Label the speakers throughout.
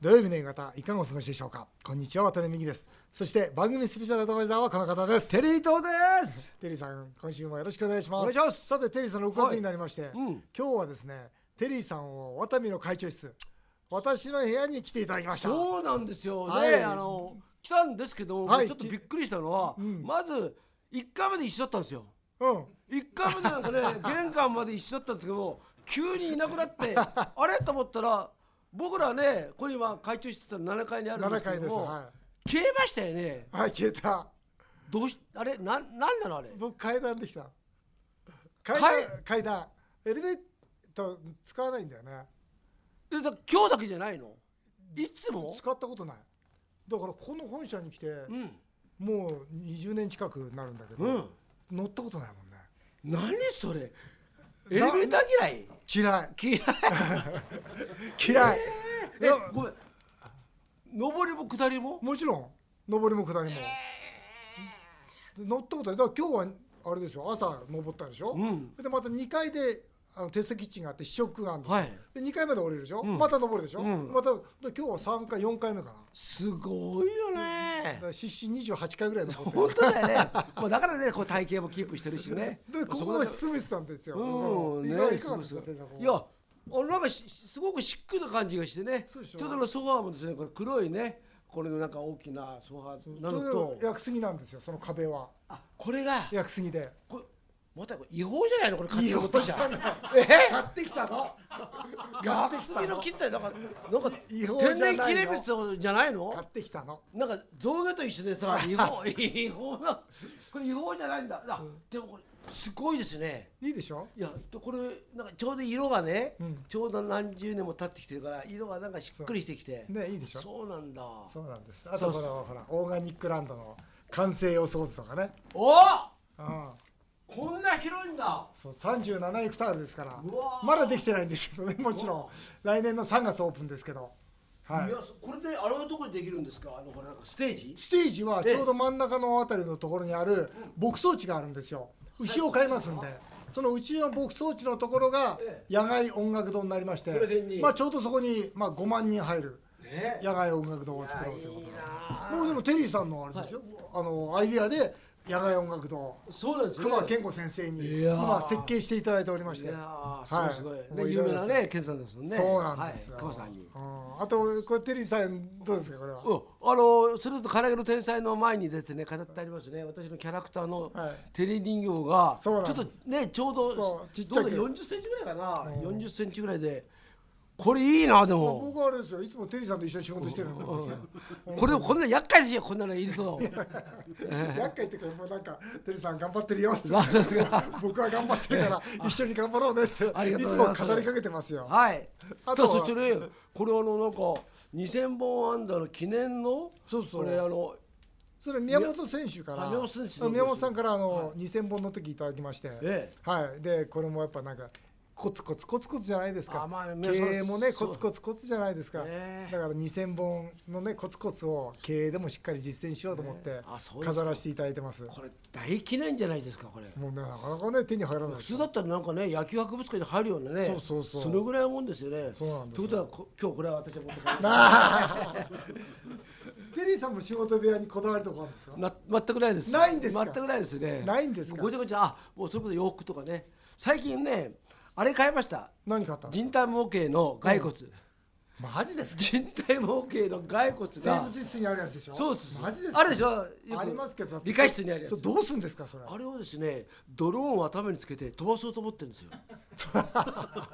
Speaker 1: 土曜日の夕方いかがお過ごしでしょうかこんにちは渡辺美希ですそして番組スペシャルアドバイザーはこの方です
Speaker 2: テリー東です
Speaker 1: テリーさん今週もよろしくお願いします
Speaker 2: お願いします
Speaker 1: さてテリーさん6月になりまして、
Speaker 2: うん
Speaker 1: 今日はですねテリーさんを渡辺の会長室私の部屋に来ていただきました
Speaker 2: そうなんですよ、
Speaker 1: はい
Speaker 2: であの来たんですけど、
Speaker 1: はい
Speaker 2: ちょっとびっくりしたのは、まず1回目で一緒だったんですよ
Speaker 1: うん
Speaker 2: 1回目でなん かね玄関まで一緒だったんですけど急にいなくなって あれと思ったら僕らねこれ今会長室って7階にあるんで
Speaker 1: 7
Speaker 2: すけ
Speaker 1: 回で
Speaker 2: ど
Speaker 1: す
Speaker 2: も、
Speaker 1: は
Speaker 2: 消えましたよね
Speaker 1: い、はい、消えた
Speaker 2: どうしあれなんなんなのあれ
Speaker 1: 僕階段できた階段
Speaker 2: 階
Speaker 1: 階段エレベーター使わないんだよね
Speaker 2: えだ今日だけじゃないのいつも
Speaker 1: 使ったことないだからこの本社に来て、
Speaker 2: うん
Speaker 1: もう20年近くなるんだけど、
Speaker 2: うん
Speaker 1: 乗ったことないもんね
Speaker 2: 何それエレベーター嫌い
Speaker 1: 嫌い
Speaker 2: 嫌い
Speaker 1: 嫌い、
Speaker 2: え
Speaker 1: いや
Speaker 2: ごめん上りも下りも
Speaker 1: もちろん上りも下りも、乗ったことないだから今日はあれですよ朝登ったでしょ、
Speaker 2: うん
Speaker 1: でまた2階であのテストキッチンがあって試食があるんですよ、
Speaker 2: はい
Speaker 1: で2階まで降りるでしょ、
Speaker 2: ん
Speaker 1: また登るでしょ、
Speaker 2: うん
Speaker 1: またで今日は3回4回目かな
Speaker 2: すごいよ
Speaker 1: だ
Speaker 2: ね
Speaker 1: から失神28回ぐらい登って
Speaker 2: 本当だよねもうだからねこう体型もキープしてるしね
Speaker 1: でこ
Speaker 2: そ
Speaker 1: こ
Speaker 2: だ
Speaker 1: が住むさんですよ、
Speaker 2: うん
Speaker 1: い
Speaker 2: ね
Speaker 1: かがいかがですか
Speaker 2: そうそ
Speaker 1: 哲
Speaker 2: う
Speaker 1: 也さんここ
Speaker 2: いやあなんかしすごくシックな感じがしてねち
Speaker 1: そ
Speaker 2: ょ
Speaker 1: う
Speaker 2: っ
Speaker 1: でしょ
Speaker 2: とあのソファーもですねこれ黒いねこれのなんか大きなソファーなの
Speaker 1: そ
Speaker 2: と
Speaker 1: れ屋久杉なんですよその壁は
Speaker 2: あこれが
Speaker 1: 屋久杉で
Speaker 2: これまたこれ違法じゃないのこれ買っ
Speaker 1: い
Speaker 2: て
Speaker 1: い
Speaker 2: るこ
Speaker 1: 音
Speaker 2: と
Speaker 1: じ
Speaker 2: じ
Speaker 1: ゃ
Speaker 2: ゃ
Speaker 1: ない
Speaker 2: ん
Speaker 1: 買ってき たの買ってきた
Speaker 2: 薬
Speaker 1: の
Speaker 2: の切っただからなんか
Speaker 1: 違法
Speaker 2: 天
Speaker 1: じゃない
Speaker 2: 然
Speaker 1: の
Speaker 2: 切れ別じゃないの
Speaker 1: 買ってきたの
Speaker 2: なんか象牙と一緒でさ違法違法なこれ違法じゃないんだあでもこれすごいですね
Speaker 1: いいでしょ
Speaker 2: いやでこれなんかちょうど色がね、
Speaker 1: うん
Speaker 2: ちょうど何十年も経ってきてるから色がなんかしっくりしてきて
Speaker 1: ねいいでしょ
Speaker 2: そうなんだ
Speaker 1: そうなんですあとこのほらオーガニックランドの完成予想図とかね
Speaker 2: おお
Speaker 1: うん
Speaker 2: こんな広いんだ
Speaker 1: そう37ヘクタールですから
Speaker 2: うわー
Speaker 1: まだできてないんですけどねもちろん来年の3月オープンですけどはい
Speaker 2: いやそこれであれのところでできるんですかあのこれなんかステージ
Speaker 1: ステージはちょうど真ん中のあたりのところにある牧草地があるんですよ牛を飼いますんでその牛の牧草地のところが
Speaker 2: え
Speaker 1: 野外音楽堂になりまして
Speaker 2: この辺に、
Speaker 1: まあ、ちょうどそこに、まあ、5万人入る
Speaker 2: ね
Speaker 1: 野外音楽堂を作
Speaker 2: あ
Speaker 1: ろ
Speaker 2: いう
Speaker 1: というこ
Speaker 2: い
Speaker 1: とで
Speaker 2: なあ
Speaker 1: もうでもテリーさんのあれですよ、あのアイディアで野外音楽堂
Speaker 2: そうなんですね
Speaker 1: 熊健吾先生に
Speaker 2: いやー
Speaker 1: 今設計していただいておりまし
Speaker 2: い
Speaker 1: て
Speaker 2: やーす
Speaker 1: は
Speaker 2: ご
Speaker 1: い
Speaker 2: いすごい、
Speaker 1: もう
Speaker 2: ね、
Speaker 1: いろいろ
Speaker 2: 有名なね健さんですもんね
Speaker 1: そうなんですよ、
Speaker 2: はい、熊さんに
Speaker 1: うんあとこれテリーさんどうですかこれは、
Speaker 2: うん、あのそれと「唐揚げの天才」の前にですね語ってありますね私のキャラクターの
Speaker 1: はい
Speaker 2: テレ人形がち
Speaker 1: そう
Speaker 2: ょ
Speaker 1: なん
Speaker 2: っと
Speaker 1: です
Speaker 2: ねちょう
Speaker 1: そ
Speaker 2: ど
Speaker 1: うちっちゃ
Speaker 2: ど
Speaker 1: く
Speaker 2: うだ40センチぐらいかな
Speaker 1: うん
Speaker 2: 40センチぐらいでこれいいなでも
Speaker 1: 僕はあれですよいつもテリーさんと一緒に仕事してるんです よ
Speaker 2: これこんな厄介ですよこんなのいると
Speaker 1: 厄介っていうかもうなんかテリーさん頑張ってるよって
Speaker 2: あ そうですか
Speaker 1: 僕は頑張ってる から一緒に頑張ろうねって
Speaker 2: ありが
Speaker 1: い
Speaker 2: とう
Speaker 1: つ
Speaker 2: ご
Speaker 1: も
Speaker 2: ざいます
Speaker 1: 語りかけてますよ
Speaker 2: はい
Speaker 1: あ
Speaker 2: あ
Speaker 1: とは
Speaker 2: とそしてねこれあのなんか2000本安打の記念の
Speaker 1: そうそう
Speaker 2: これあの
Speaker 1: それ宮本選手から
Speaker 2: あ宮本選手
Speaker 1: あの宮本さんからあの、2000本の時いただきまして、
Speaker 2: ええ
Speaker 1: はいでこれもやっぱなんかコツコツコツコツじゃないですか、
Speaker 2: あまあね
Speaker 1: 経営もね
Speaker 2: そ
Speaker 1: コ
Speaker 2: う
Speaker 1: ツコツコツじゃないですか、
Speaker 2: ねえ
Speaker 1: だから2000本のねコツコツを経営でもしっかり実践しようと思って
Speaker 2: えあそうですか
Speaker 1: 飾らせていただいてます
Speaker 2: これ大記念じゃないですかこれ
Speaker 1: もうねなかなかね手に入らないで
Speaker 2: 普
Speaker 1: す
Speaker 2: 通だったらなんかね野球博物館に入るようなね
Speaker 1: そうそうそう
Speaker 2: のぐらいのもんですよね
Speaker 1: そうなんですよ
Speaker 2: ということはこ今日これは私は持って帰る
Speaker 1: テリーさんも仕事部屋にこだわりとかあるんですか
Speaker 2: な全くないです
Speaker 1: ないんですか
Speaker 2: 全くないですね
Speaker 1: ないんですか
Speaker 2: ごちゃごちゃあもうそれこそ洋服とかね最近ねあれ買いました
Speaker 1: 何買ったんです
Speaker 2: 人体模型の骸骨、
Speaker 1: かマジですか
Speaker 2: 人体模型の骸骨
Speaker 1: 生
Speaker 2: が
Speaker 1: 物室にあるやつでしょ
Speaker 2: そうです
Speaker 1: マジですか
Speaker 2: あるでしょよく
Speaker 1: ありますけどだって
Speaker 2: 理科室にあるや
Speaker 1: そ
Speaker 2: つ
Speaker 1: れどうすんですかそれ
Speaker 2: あれをですねドローンを頭につけて飛ばそうと思ってる んですよ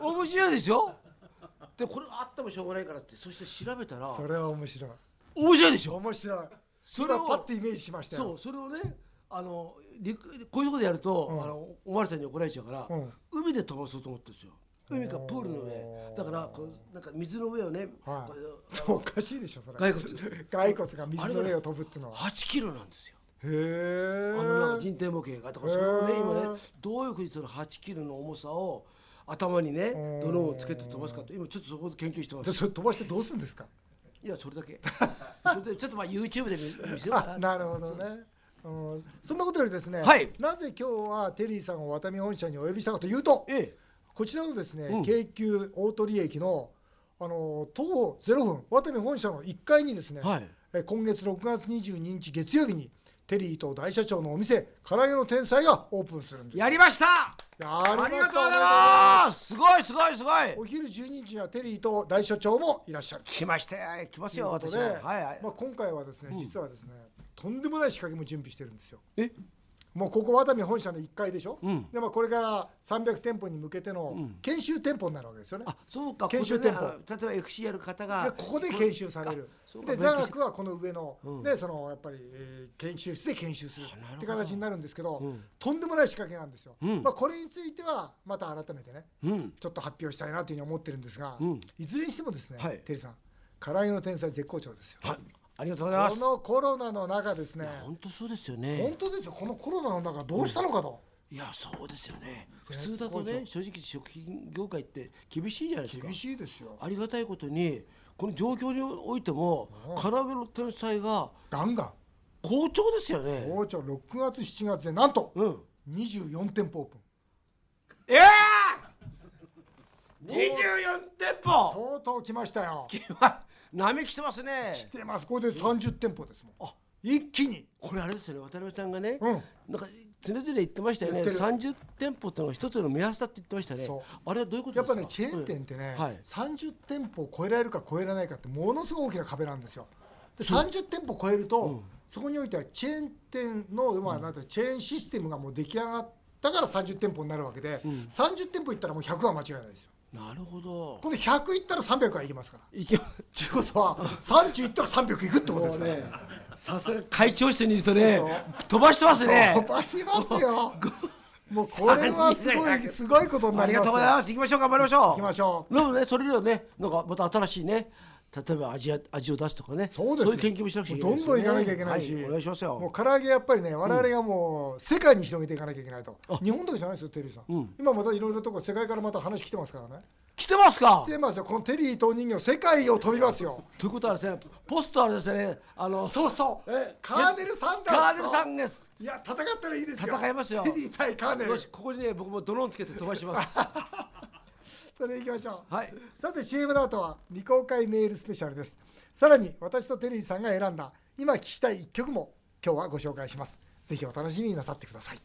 Speaker 2: 面白いでしょでこれあってもしょうがないからってそして調べたら
Speaker 1: それは面白い
Speaker 2: 面白いでしょ
Speaker 1: 面白いそ
Speaker 2: そ
Speaker 1: れ
Speaker 2: れを
Speaker 1: はパッてイメージしました
Speaker 2: そ
Speaker 1: よ
Speaker 2: うそれをねあの陸こういうことやると、あのおまわりさんに怒られちゃうから、
Speaker 1: うん
Speaker 2: 海で飛ばそうと思ってるんですよ海かプールの上だからこうなんか水の上をね、
Speaker 1: はい
Speaker 2: これ
Speaker 1: おかしいでしょそれ
Speaker 2: 骸骨
Speaker 1: 骸骨が水の上を飛ぶっていうのは
Speaker 2: 8キロなんですよ
Speaker 1: へ
Speaker 2: あのなんか
Speaker 1: え
Speaker 2: 人体模型がだからそれをね
Speaker 1: へー
Speaker 2: 今ねどういうふうにその8キロの重さを頭にね
Speaker 1: ん
Speaker 2: ドローンをつけて飛ばすかって今ちょっとそこで研究してま
Speaker 1: ですそれ飛ばしてどうするんですか
Speaker 2: いやそれだけそれでちょっとまあ YouTube で見見せようか
Speaker 1: な
Speaker 2: な
Speaker 1: るほどねうんそんなことよりですね、
Speaker 2: はい
Speaker 1: なぜ今日はテリーさんを渡美本社にお呼びしたかというと
Speaker 2: ええ
Speaker 1: こちらのですね、
Speaker 2: うん
Speaker 1: 京急大鳥駅のあの徒歩0分渡辺本社の1階にですね、
Speaker 2: はい
Speaker 1: えー今月6月22日月曜日にテリーと大社長のお店唐揚げの天才がオープンするんです
Speaker 2: やりました
Speaker 1: や
Speaker 2: あ
Speaker 1: りました
Speaker 2: りがとうございますすごいすごいすごい
Speaker 1: お昼12時にはテリーと大社長もいらっしゃる
Speaker 2: 来ましたよ来ま
Speaker 1: とい
Speaker 2: す
Speaker 1: う
Speaker 2: よ
Speaker 1: こと
Speaker 2: 私
Speaker 1: で、
Speaker 2: ははいはい、
Speaker 1: まあ、今回はですね、
Speaker 2: うん
Speaker 1: 実はですねとんでもない仕掛けも準備してるんですよ
Speaker 2: え
Speaker 1: もうここ渡辺本社の1階でしょ、
Speaker 2: うん
Speaker 1: でまあこれから300店舗に向けての
Speaker 2: うん
Speaker 1: 研修店舗になるわけですよね、
Speaker 2: あそうか
Speaker 1: 研修
Speaker 2: ここで
Speaker 1: 店舗
Speaker 2: ねあの例えば FC やる方
Speaker 1: で
Speaker 2: が
Speaker 1: ここで研修される
Speaker 2: そうか
Speaker 1: で
Speaker 2: 勉強
Speaker 1: 座
Speaker 2: し
Speaker 1: 学はこの上の、
Speaker 2: うん
Speaker 1: でそのやっぱり、えー研修室で研修する
Speaker 2: あなるほど
Speaker 1: って形になるんですけど、
Speaker 2: うん
Speaker 1: とんでもない仕掛けなんですよ、
Speaker 2: うん
Speaker 1: まあ、これについてはまた改めてね
Speaker 2: うん
Speaker 1: ちょっと発表したいなというふうに思ってるんですが、
Speaker 2: うん
Speaker 1: いずれにしてもですね、
Speaker 2: はい
Speaker 1: テリーさん唐揚げの天才絶好調ですよ、
Speaker 2: はいありがとうございま
Speaker 1: こ
Speaker 2: す
Speaker 1: のコロナの中ですね
Speaker 2: 本当そうですよ
Speaker 1: 本
Speaker 2: ね
Speaker 1: 当ですよこのコロナの中どうしたのかと、
Speaker 2: いやそうですよね普
Speaker 1: 絶
Speaker 2: 通だと
Speaker 1: 好
Speaker 2: ね
Speaker 1: 調
Speaker 2: 正直食品業界って厳しいじゃないですか
Speaker 1: 厳しいですよ
Speaker 2: ありがたいことにこの状況においても唐揚げの天才が
Speaker 1: ガンガン
Speaker 2: 好調ですよね
Speaker 1: 包丁6月7月でなんと
Speaker 2: うん
Speaker 1: 24店舗オープン
Speaker 2: ええー、24店舗
Speaker 1: とうとう来ましたよ
Speaker 2: 波来てますね
Speaker 1: 来てますこれで30店舗ですもん
Speaker 2: あ
Speaker 1: 一気に
Speaker 2: これあれですよね渡辺さんがね、
Speaker 1: うん
Speaker 2: なんか常々言ってましたよね
Speaker 1: 言ってる
Speaker 2: 30店舗ってのが一つの目安だって言ってましたね
Speaker 1: そう
Speaker 2: あれはどういうこと
Speaker 1: やっ
Speaker 2: で
Speaker 1: ぱ
Speaker 2: すか
Speaker 1: ねチェーン店ってね、
Speaker 2: はい
Speaker 1: 30店舗を超えられるか超えられないかってものすごい大きな壁なんですよで30店舗超えると、そこにおいてはチェーン店の、まあ、なんていうのチェーンシステムがもう出来上がったから30店舗になるわけで、30店舗行ったらもう100は間違いないですよ
Speaker 2: なるほど
Speaker 1: この100行ったら300はいきますから
Speaker 2: いけ
Speaker 1: ということは30行った ら300いくってことですね
Speaker 2: さすが会長室にいるとね
Speaker 1: そうでし
Speaker 2: 飛ばしてますね
Speaker 1: 飛ばしますよもうこれはすごい
Speaker 2: 30
Speaker 1: すごいことにな
Speaker 2: あり
Speaker 1: り
Speaker 2: が
Speaker 1: ます
Speaker 2: と
Speaker 1: よ
Speaker 2: うございます行きましょう頑張りましょう行
Speaker 1: きましょ
Speaker 2: うでもねそれではねなんかまた新しいね例えば味や味を出すとかね
Speaker 1: そうですよ
Speaker 2: いう研究もしなくちゃいけない
Speaker 1: ど
Speaker 2: です
Speaker 1: んどん
Speaker 2: よね
Speaker 1: 行かなきゃいけないし、
Speaker 2: はお願いします
Speaker 1: もう
Speaker 2: よ
Speaker 1: 唐揚げやっぱりね我々がもう世界に広げていかなきゃいけないと、日本だけじゃないですよテリーさん、
Speaker 2: うん
Speaker 1: 今またいろいろとこ世界からまた話来てますからね
Speaker 2: 来てますか
Speaker 1: 来てますよこのテリーと人形世界を飛びますよ
Speaker 2: ということはですねポストあれですねあの
Speaker 1: そうそう
Speaker 2: え
Speaker 1: カーネル・サンダース
Speaker 2: カーネルさんです
Speaker 1: いや戦ったらいいですよ
Speaker 2: 戦いますよ
Speaker 1: テリー対カーネル
Speaker 2: よしここにね僕もドローンつけて飛ばします
Speaker 1: それいきましょう、
Speaker 2: はい
Speaker 1: さて CM の後は未公開メールスペシャルですさらに私とテリーさんが選んだ今聴きたい一曲も今日はご紹介しますぜひお楽しみになさってください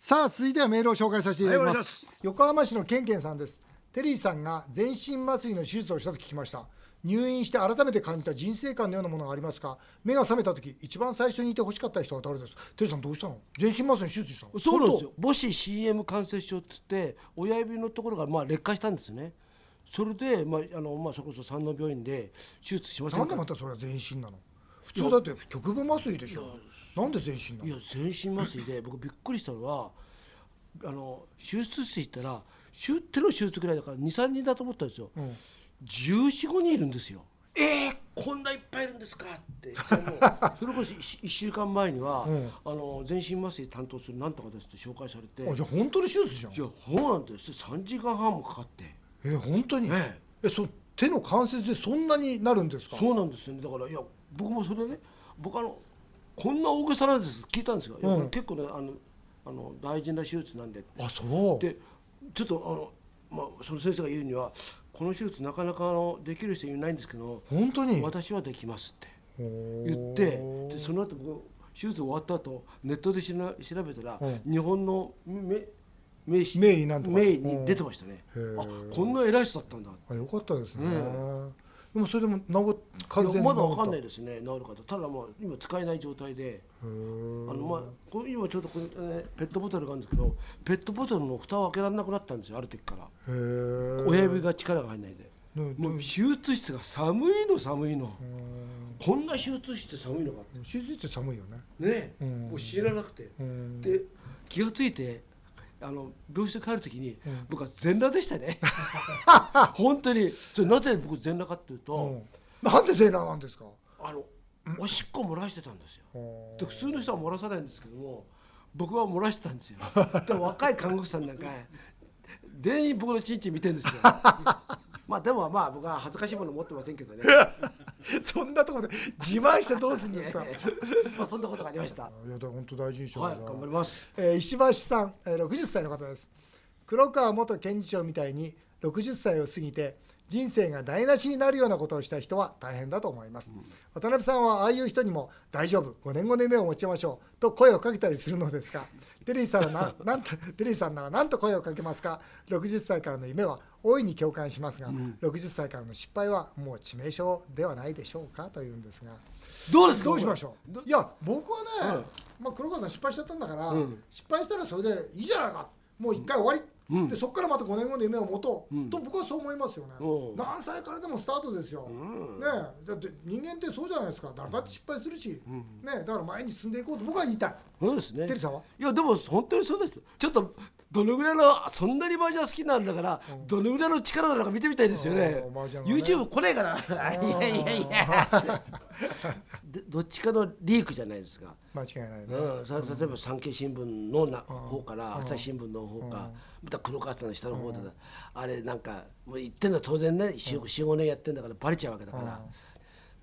Speaker 1: さあ続いてはメールを紹介させていただきます,、
Speaker 2: はいお願いし
Speaker 1: 横浜市のケンケンさんですテリーさんが全身麻酔の手術をしたと聞きました入院して改めて感じた人生観のようなものがありますか目が覚めた時一番最初にいてほしかった人は誰ですテリーさんどうしたの全身麻酔の手術したの
Speaker 2: そうなんですよ母子 CM 関節症っつって親指のところがまあ劣化したんですねそれで、まああのまあ、それこそ山王病院で手術しませ
Speaker 1: なんんで
Speaker 2: か
Speaker 1: またそれは全身なの普通だって局部麻酔でしょなんで全身ないの
Speaker 2: や全身麻 酔で僕びっくりしたのはあの手術室行ったら手手の手術ぐらいだから23人だと思ったんですよ、
Speaker 1: ん
Speaker 2: 1415人いるんですよえー、こんないっぱいいるんですかっていやもうそれこそ1週間前には、
Speaker 1: ん
Speaker 2: あの全身麻酔担当するなんとかですって紹介されて
Speaker 1: あじゃあ本当に手術じゃん
Speaker 2: いやそうなんですよ3時間半もかかって
Speaker 1: え本当に
Speaker 2: え
Speaker 1: えそ手の関節でそんなになるんですか
Speaker 2: そうなんですよねだからいや僕もそれね僕あのこんな大げさなんです聞いたんですが、いや
Speaker 1: うん
Speaker 2: これ結構ねあのあの大事な手術なんで
Speaker 1: あそう
Speaker 2: でちょっとあの、まあ、その先生が言うにはこの手術なかなかあのできる人いないんですけど
Speaker 1: 本当に
Speaker 2: 私はできますって言
Speaker 1: 言
Speaker 2: ってでその後僕手術終わった後ネットでしな調べたら、
Speaker 1: うん
Speaker 2: 日本の名名医
Speaker 1: 名医なんとか
Speaker 2: 名医に出てましたね、
Speaker 1: うんへ
Speaker 2: あ
Speaker 1: ー
Speaker 2: こんな偉い人だったんだ
Speaker 1: あよかったですね
Speaker 2: ね
Speaker 1: でもそれでも治っ完
Speaker 2: いや
Speaker 1: 全に
Speaker 2: まだわかんないいですね治る方ただまあ今使えない状態で
Speaker 1: あ
Speaker 2: あのまあこれ今ちょっとこれ、ねペットボトルがあるんですけどペットボトルの蓋を開けられなくなったんですよある時から
Speaker 1: へえ
Speaker 2: 親指が力が入らないで。
Speaker 1: ね
Speaker 2: もう手術室が寒いの寒いのこんな手術室寒いのかっ
Speaker 1: 手術って寒いよね
Speaker 2: てね
Speaker 1: う
Speaker 2: え
Speaker 1: ん
Speaker 2: もう知らなくて
Speaker 1: うん
Speaker 2: で気が付いてあの病室帰る時に
Speaker 1: うん
Speaker 2: 僕は全裸でした ね本当にそれなぜ僕全裸かっていう
Speaker 1: う
Speaker 2: と
Speaker 1: んなんでセーラーなん ですか
Speaker 2: あのおしっこ漏らしてたんですよ
Speaker 1: うん
Speaker 2: で普通の人は漏らさないんですけども僕は漏らしてた んですよで若い看護師さんなんか全員僕のちんちん見てるんですよ まあでもまあ僕は恥ずかしいもの持ってませんけどね
Speaker 1: そんなところで自慢してどうするんですかい
Speaker 2: まあそんなことがありました。はい、
Speaker 1: やだから本当大事にしてください
Speaker 2: 頑張ります。
Speaker 1: えー石橋さん、えー60歳の方です黒川元検事長みたいに60歳を過ぎて人生が台無しになるようなことをした人は大変だと思います、渡辺さんはああいう人にも「大丈夫5年後の夢を持ちましょう」と声をかけたりするのですがテリーさんはななんとテリーさんなら何と声をかけますか60歳からの夢は大いに共感しますが、60歳からの失敗はもう致命傷ではないでしょうかというんですが。
Speaker 2: どうですか
Speaker 1: どうしましょ
Speaker 2: ど
Speaker 1: ういや僕はね、
Speaker 2: うん
Speaker 1: まあ、黒川さん失敗しちゃったんだから、
Speaker 2: うん
Speaker 1: 失敗したらそれでいいじゃないかもう一回終わり、
Speaker 2: うん
Speaker 1: でそこからまた5年後の夢を持とう、
Speaker 2: うん
Speaker 1: と僕はそう思いますよね、
Speaker 2: うん
Speaker 1: 何歳からでもスタートですよ、
Speaker 2: ん
Speaker 1: ねえだって人間ってそうじゃないですか誰だって失敗するし、
Speaker 2: ん
Speaker 1: ねえだから前に進んでいこうと僕は言いたい
Speaker 2: そうですね
Speaker 1: テリーさんはい
Speaker 2: やでも本当にそうですちょっとどのぐらいのそんなに麻雀好きなんだから、どのぐらいの力なのか見てみたいですよね
Speaker 1: うん麻雀がね
Speaker 2: YouTube 来ねえかないやいやいや でどっちかのリークじゃないですか
Speaker 1: 間違いないね、
Speaker 2: うん、さ例えば産経新聞のな方から
Speaker 1: うん
Speaker 2: 朝日新聞の方かまた黒川さんの下の方だなあれなんかもう言ってんのは当然ね45年やってんだからバレちゃうわけだから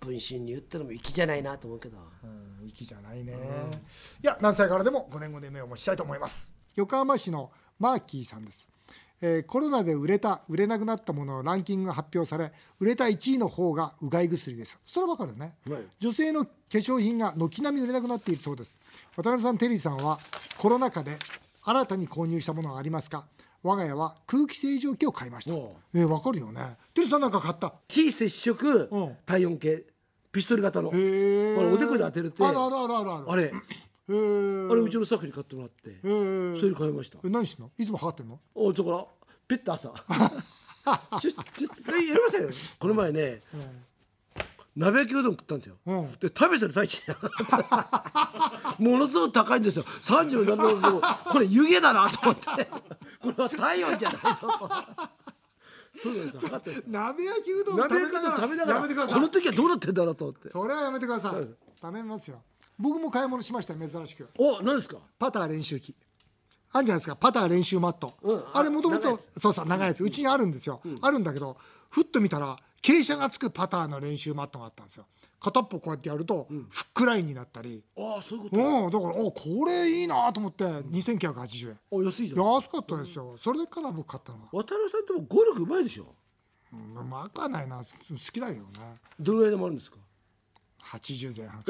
Speaker 2: 文春に言ってのも粋じゃないなと思うけど
Speaker 1: うん、息じゃないね、いや何歳からでも5年後で夢を持ちたいと思います横浜市のマーキーさんです、えーコロナで売れた売れなくなったもののランキングが発表され売れた1位の方がうがい薬ですそれはわかるね、
Speaker 2: はい
Speaker 1: 女性の化粧品が軒並み売れなくなっているそうです渡辺さんテリーさんはコロナ禍で新たに購入したものはありますか我が家は空気清浄機を買いました
Speaker 2: おう
Speaker 1: えーわかるよねテリーさんなんか買った
Speaker 2: 非接触
Speaker 1: うん
Speaker 2: 体温計ピストル型のこ
Speaker 1: へー
Speaker 2: れおでこで当てるって
Speaker 1: あるあるあるあるある
Speaker 2: あれ
Speaker 1: へー
Speaker 2: あれうちのスタッフに買ってもらって
Speaker 1: へー
Speaker 2: それに買いました
Speaker 1: え何してんのいつも測ってんの
Speaker 2: おだからペッて朝 ちょちょえやりましたよこの前ね鍋焼きうどん食ったんですよ、
Speaker 1: うん
Speaker 2: で食べてる最中に ものすごく高いんですよ37度もこれ湯気だなと思ってこれは体温じゃないぞとそうなんですよ分かってます
Speaker 1: 鍋焼きうどん
Speaker 2: 鍋焼きうどん食べながら
Speaker 1: やめてくださ
Speaker 2: この
Speaker 1: い
Speaker 2: 時はどうなってんだろうと思って
Speaker 1: それはやめてください頼みますよ僕も買い物しましたよ珍しく
Speaker 2: お何ですか
Speaker 1: パター練習機あるじゃないですかパター練習マット、
Speaker 2: うん
Speaker 1: あれもとも
Speaker 2: 長いや
Speaker 1: とそうさ長いやつうちにあるんですよ、あるんだけどふっと見たら傾斜がつくパターの練習マットがあったんですよ片っぽこうやってやるとフックラインになったり、
Speaker 2: ああそういうこ
Speaker 1: う
Speaker 2: と
Speaker 1: ん、だからおこれいいなと思って2980円
Speaker 2: お安いじゃん
Speaker 1: 安かったですよそれでから僕買ったのが
Speaker 2: 渡辺さんってもゴルフうまいでしょ
Speaker 1: うんうまくはないな好好きだけどね
Speaker 2: どのぐらいでもあるんですか
Speaker 1: 80前半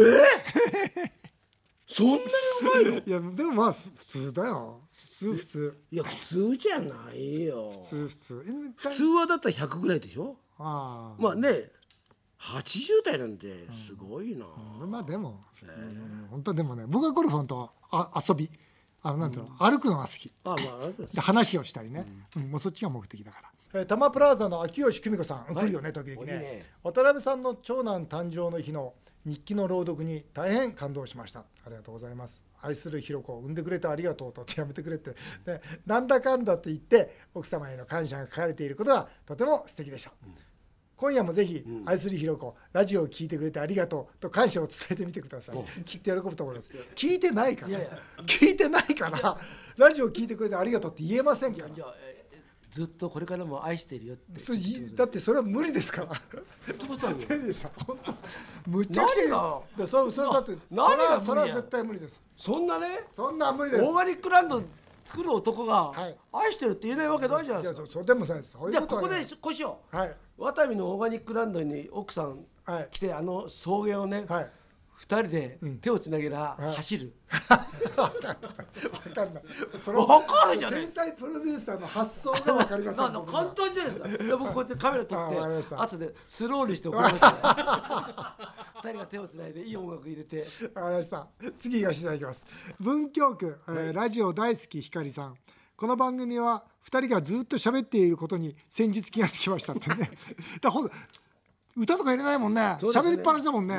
Speaker 2: そんなにうまいの
Speaker 1: いやでもまあす普通だよ普通普通
Speaker 2: いや普通じゃないよ
Speaker 1: 普通普通え
Speaker 2: 普通はだったら100ぐらいでしょ
Speaker 1: ああ
Speaker 2: まあね80代なんてすごいな、
Speaker 1: まあでも、うん本当でもね僕はゴルファンとあ遊びあのなんていうの、歩くのが好き
Speaker 2: あまああれです
Speaker 1: で話をしたりね、うんもうそっちが目的だから。えー、多摩プラザの秋吉久美子さん、来るよね時々ね
Speaker 2: 多いね
Speaker 1: 渡辺さんの長男誕生の日の日記の朗読に大変感動しましたありがとうございます愛するひろ子を産んでくれてありがとうと手やめてくれって、ね、なんだかんだと言って奥様への感謝が書かれていることがとても素敵でした、今夜もぜひ、愛するひろ子ラジオを聞いてくれてありがとうと感謝を伝えてみてください、きっと喜ぶと思います聞いてないから
Speaker 2: いやいや
Speaker 1: 聞いてない からラジオ聞いてくれてありがとうって言えませんから
Speaker 2: じゃあええずっとこれからも愛してるよって
Speaker 1: それいだってそれは無理ですから
Speaker 2: ってことはね
Speaker 1: テリーさん本当むちゃくちゃ
Speaker 2: 何が
Speaker 1: でそうそれだってそ
Speaker 2: な何が
Speaker 1: れはそれは
Speaker 2: 無理や
Speaker 1: 絶対無理です
Speaker 2: そんなね
Speaker 1: そんなん無理
Speaker 2: オ
Speaker 1: です
Speaker 2: ーガニックランド作る男が
Speaker 1: はい
Speaker 2: 愛してるって言えないわけないじゃな
Speaker 1: い
Speaker 2: いで
Speaker 1: や
Speaker 2: すか、
Speaker 1: そそでもさそうい
Speaker 2: じゃ
Speaker 1: う
Speaker 2: あ
Speaker 1: こと
Speaker 2: こ
Speaker 1: は
Speaker 2: こ
Speaker 1: ね
Speaker 2: でこうしよ
Speaker 1: はい、
Speaker 2: うワタミのオーガニックランドに奥さん
Speaker 1: はい
Speaker 2: 来て、あの草原をね、
Speaker 1: はい
Speaker 2: 二人で手をつなげながら
Speaker 1: はい
Speaker 2: 走る、
Speaker 1: 分かんないそれは
Speaker 2: わかるじゃない
Speaker 1: 天才プロデューサーの発想が分かりませ
Speaker 2: なんんだ
Speaker 1: 僕
Speaker 2: 簡
Speaker 1: は
Speaker 2: 単じゃないですか。で僕こうやってカメラ
Speaker 1: あわかりま
Speaker 2: 撮っ、
Speaker 1: してた
Speaker 2: 後でスローにして送 りました。二人が手をつないでいい音楽入れて。
Speaker 1: わかりました。次がしていただきます。文京区、えーラジオ大好きひかりさん。この番組は二人がずっと喋っていることに先日気がつきました ってね。だからほん歌とか入れないもんね。
Speaker 2: うです
Speaker 1: 喋、
Speaker 2: ね
Speaker 1: りっぱなしだもんね、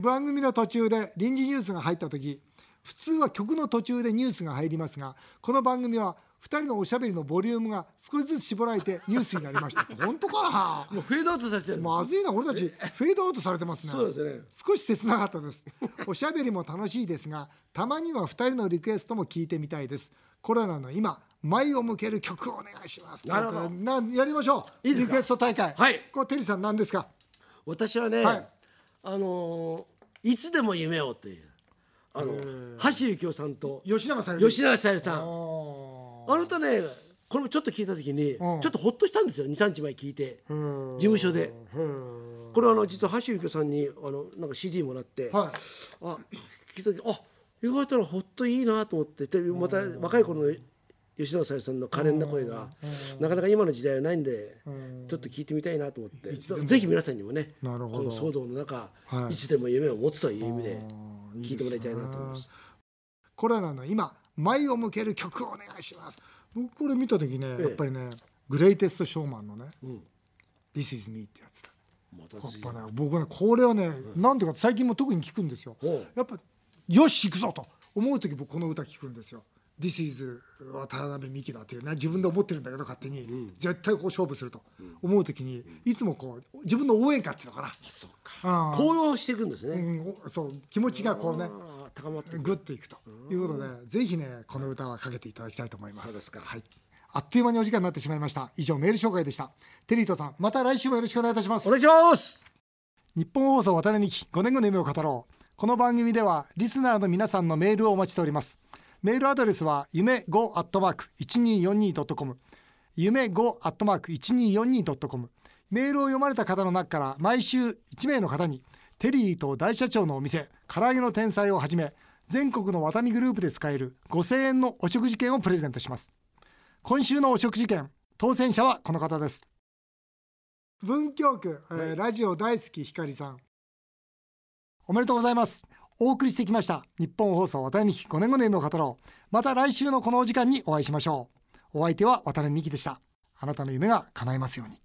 Speaker 1: 番組の途中で臨時ニュースが入った時、普通は曲の途中でニュースが入りますが、この番組は二人のおしゃべりのボリュームが少しずつ絞られてニュースになりま した。本当かな。
Speaker 2: もうフェードアウトされてる。
Speaker 1: まずいな俺たちフェードアウトされてますね
Speaker 2: そうですね
Speaker 1: 少し切なかったですおしゃべりも楽しいですがたまには2人のリクエストも聞いてみたいですコロナの今前を向ける曲をお願いします
Speaker 2: なるほど
Speaker 1: なやりましょう
Speaker 2: いいで
Speaker 1: リ
Speaker 2: すか
Speaker 1: クエスト大会
Speaker 2: はい
Speaker 1: これテリーさん何ですか
Speaker 2: 私はね、
Speaker 1: はい
Speaker 2: あのーいつでも夢をというあの橋幸夫さんと
Speaker 1: 吉永さん
Speaker 2: 吉永小百合さん。
Speaker 1: おー
Speaker 2: あの歌ね、これもちょっと聞いた時に、
Speaker 1: うん
Speaker 2: ちょっとほっとしたんですよ23日前聞いて
Speaker 1: 事
Speaker 2: 務所で
Speaker 1: は
Speaker 2: これはあの実は橋幸夫さんにあのなんか CD もらって、
Speaker 1: い
Speaker 2: あ聞いた時あ意外とほっといいなと思ってでまた若い頃の吉野さゆりさんの可憐な声がなかなか今の時代はないんでちょっと聞いてみたいなと思ってぜひ皆さんにもねこ
Speaker 1: なるほど
Speaker 2: の騒動の中、
Speaker 1: はい
Speaker 2: い、つでも夢を持つという意味で
Speaker 1: うん
Speaker 2: 聞いてもらいたいなと思いま
Speaker 1: ですね。コロナの今前を向ける曲をお願いします僕これ見た時ね、
Speaker 2: ええ
Speaker 1: やっぱりねグレイテストショーマンのね
Speaker 2: うん
Speaker 1: 「This is me」ってやつだ
Speaker 2: また
Speaker 1: やっ
Speaker 2: 次
Speaker 1: ぱね僕ねこれはね、なんでか最近も特に聞くんですよ
Speaker 2: おう
Speaker 1: やっぱよし行くぞと思う時僕この歌聞くんですよ「This is 渡辺美樹だ」っていうね自分で思ってるんだけど勝手に、絶対こう勝負すると思う時に、いつもこう自分の応援歌っていうのかな、
Speaker 2: そうか
Speaker 1: ああ
Speaker 2: 高揚していくんですね、
Speaker 1: うんおそう気持ちがこうね
Speaker 2: ああ高まっていく
Speaker 1: グッといくということでぜひねこの歌はかけていただきたいと思います
Speaker 2: そうですか
Speaker 1: はい、あっという間にお時間になってしまいました以上メール紹介でしたテリートさんまた来週もよろしくお願いいたします
Speaker 2: お願いします
Speaker 1: 日本放送渡辺美希5年後の夢を語ろうこの番組ではリスナーの皆さんのメールをお待ちしておりますメールアドレスは夢 5-1242.com 夢 5-1242.com メールを読まれた方の中から毎週1名の方にテリーと大社長のお店唐揚げの天才をはじめ全国の渡辺グループで使える5000円のお食事券をプレゼントします今週のお食事券当選者はこの方です文京区、えーラジオ大好きひかりさんおめでとうございますお送りしてきました日本放送渡辺美希5年後の夢を語ろうまた来週のこのお時間にお会いしましょうお相手は渡辺美希でしたあなたの夢が叶いますように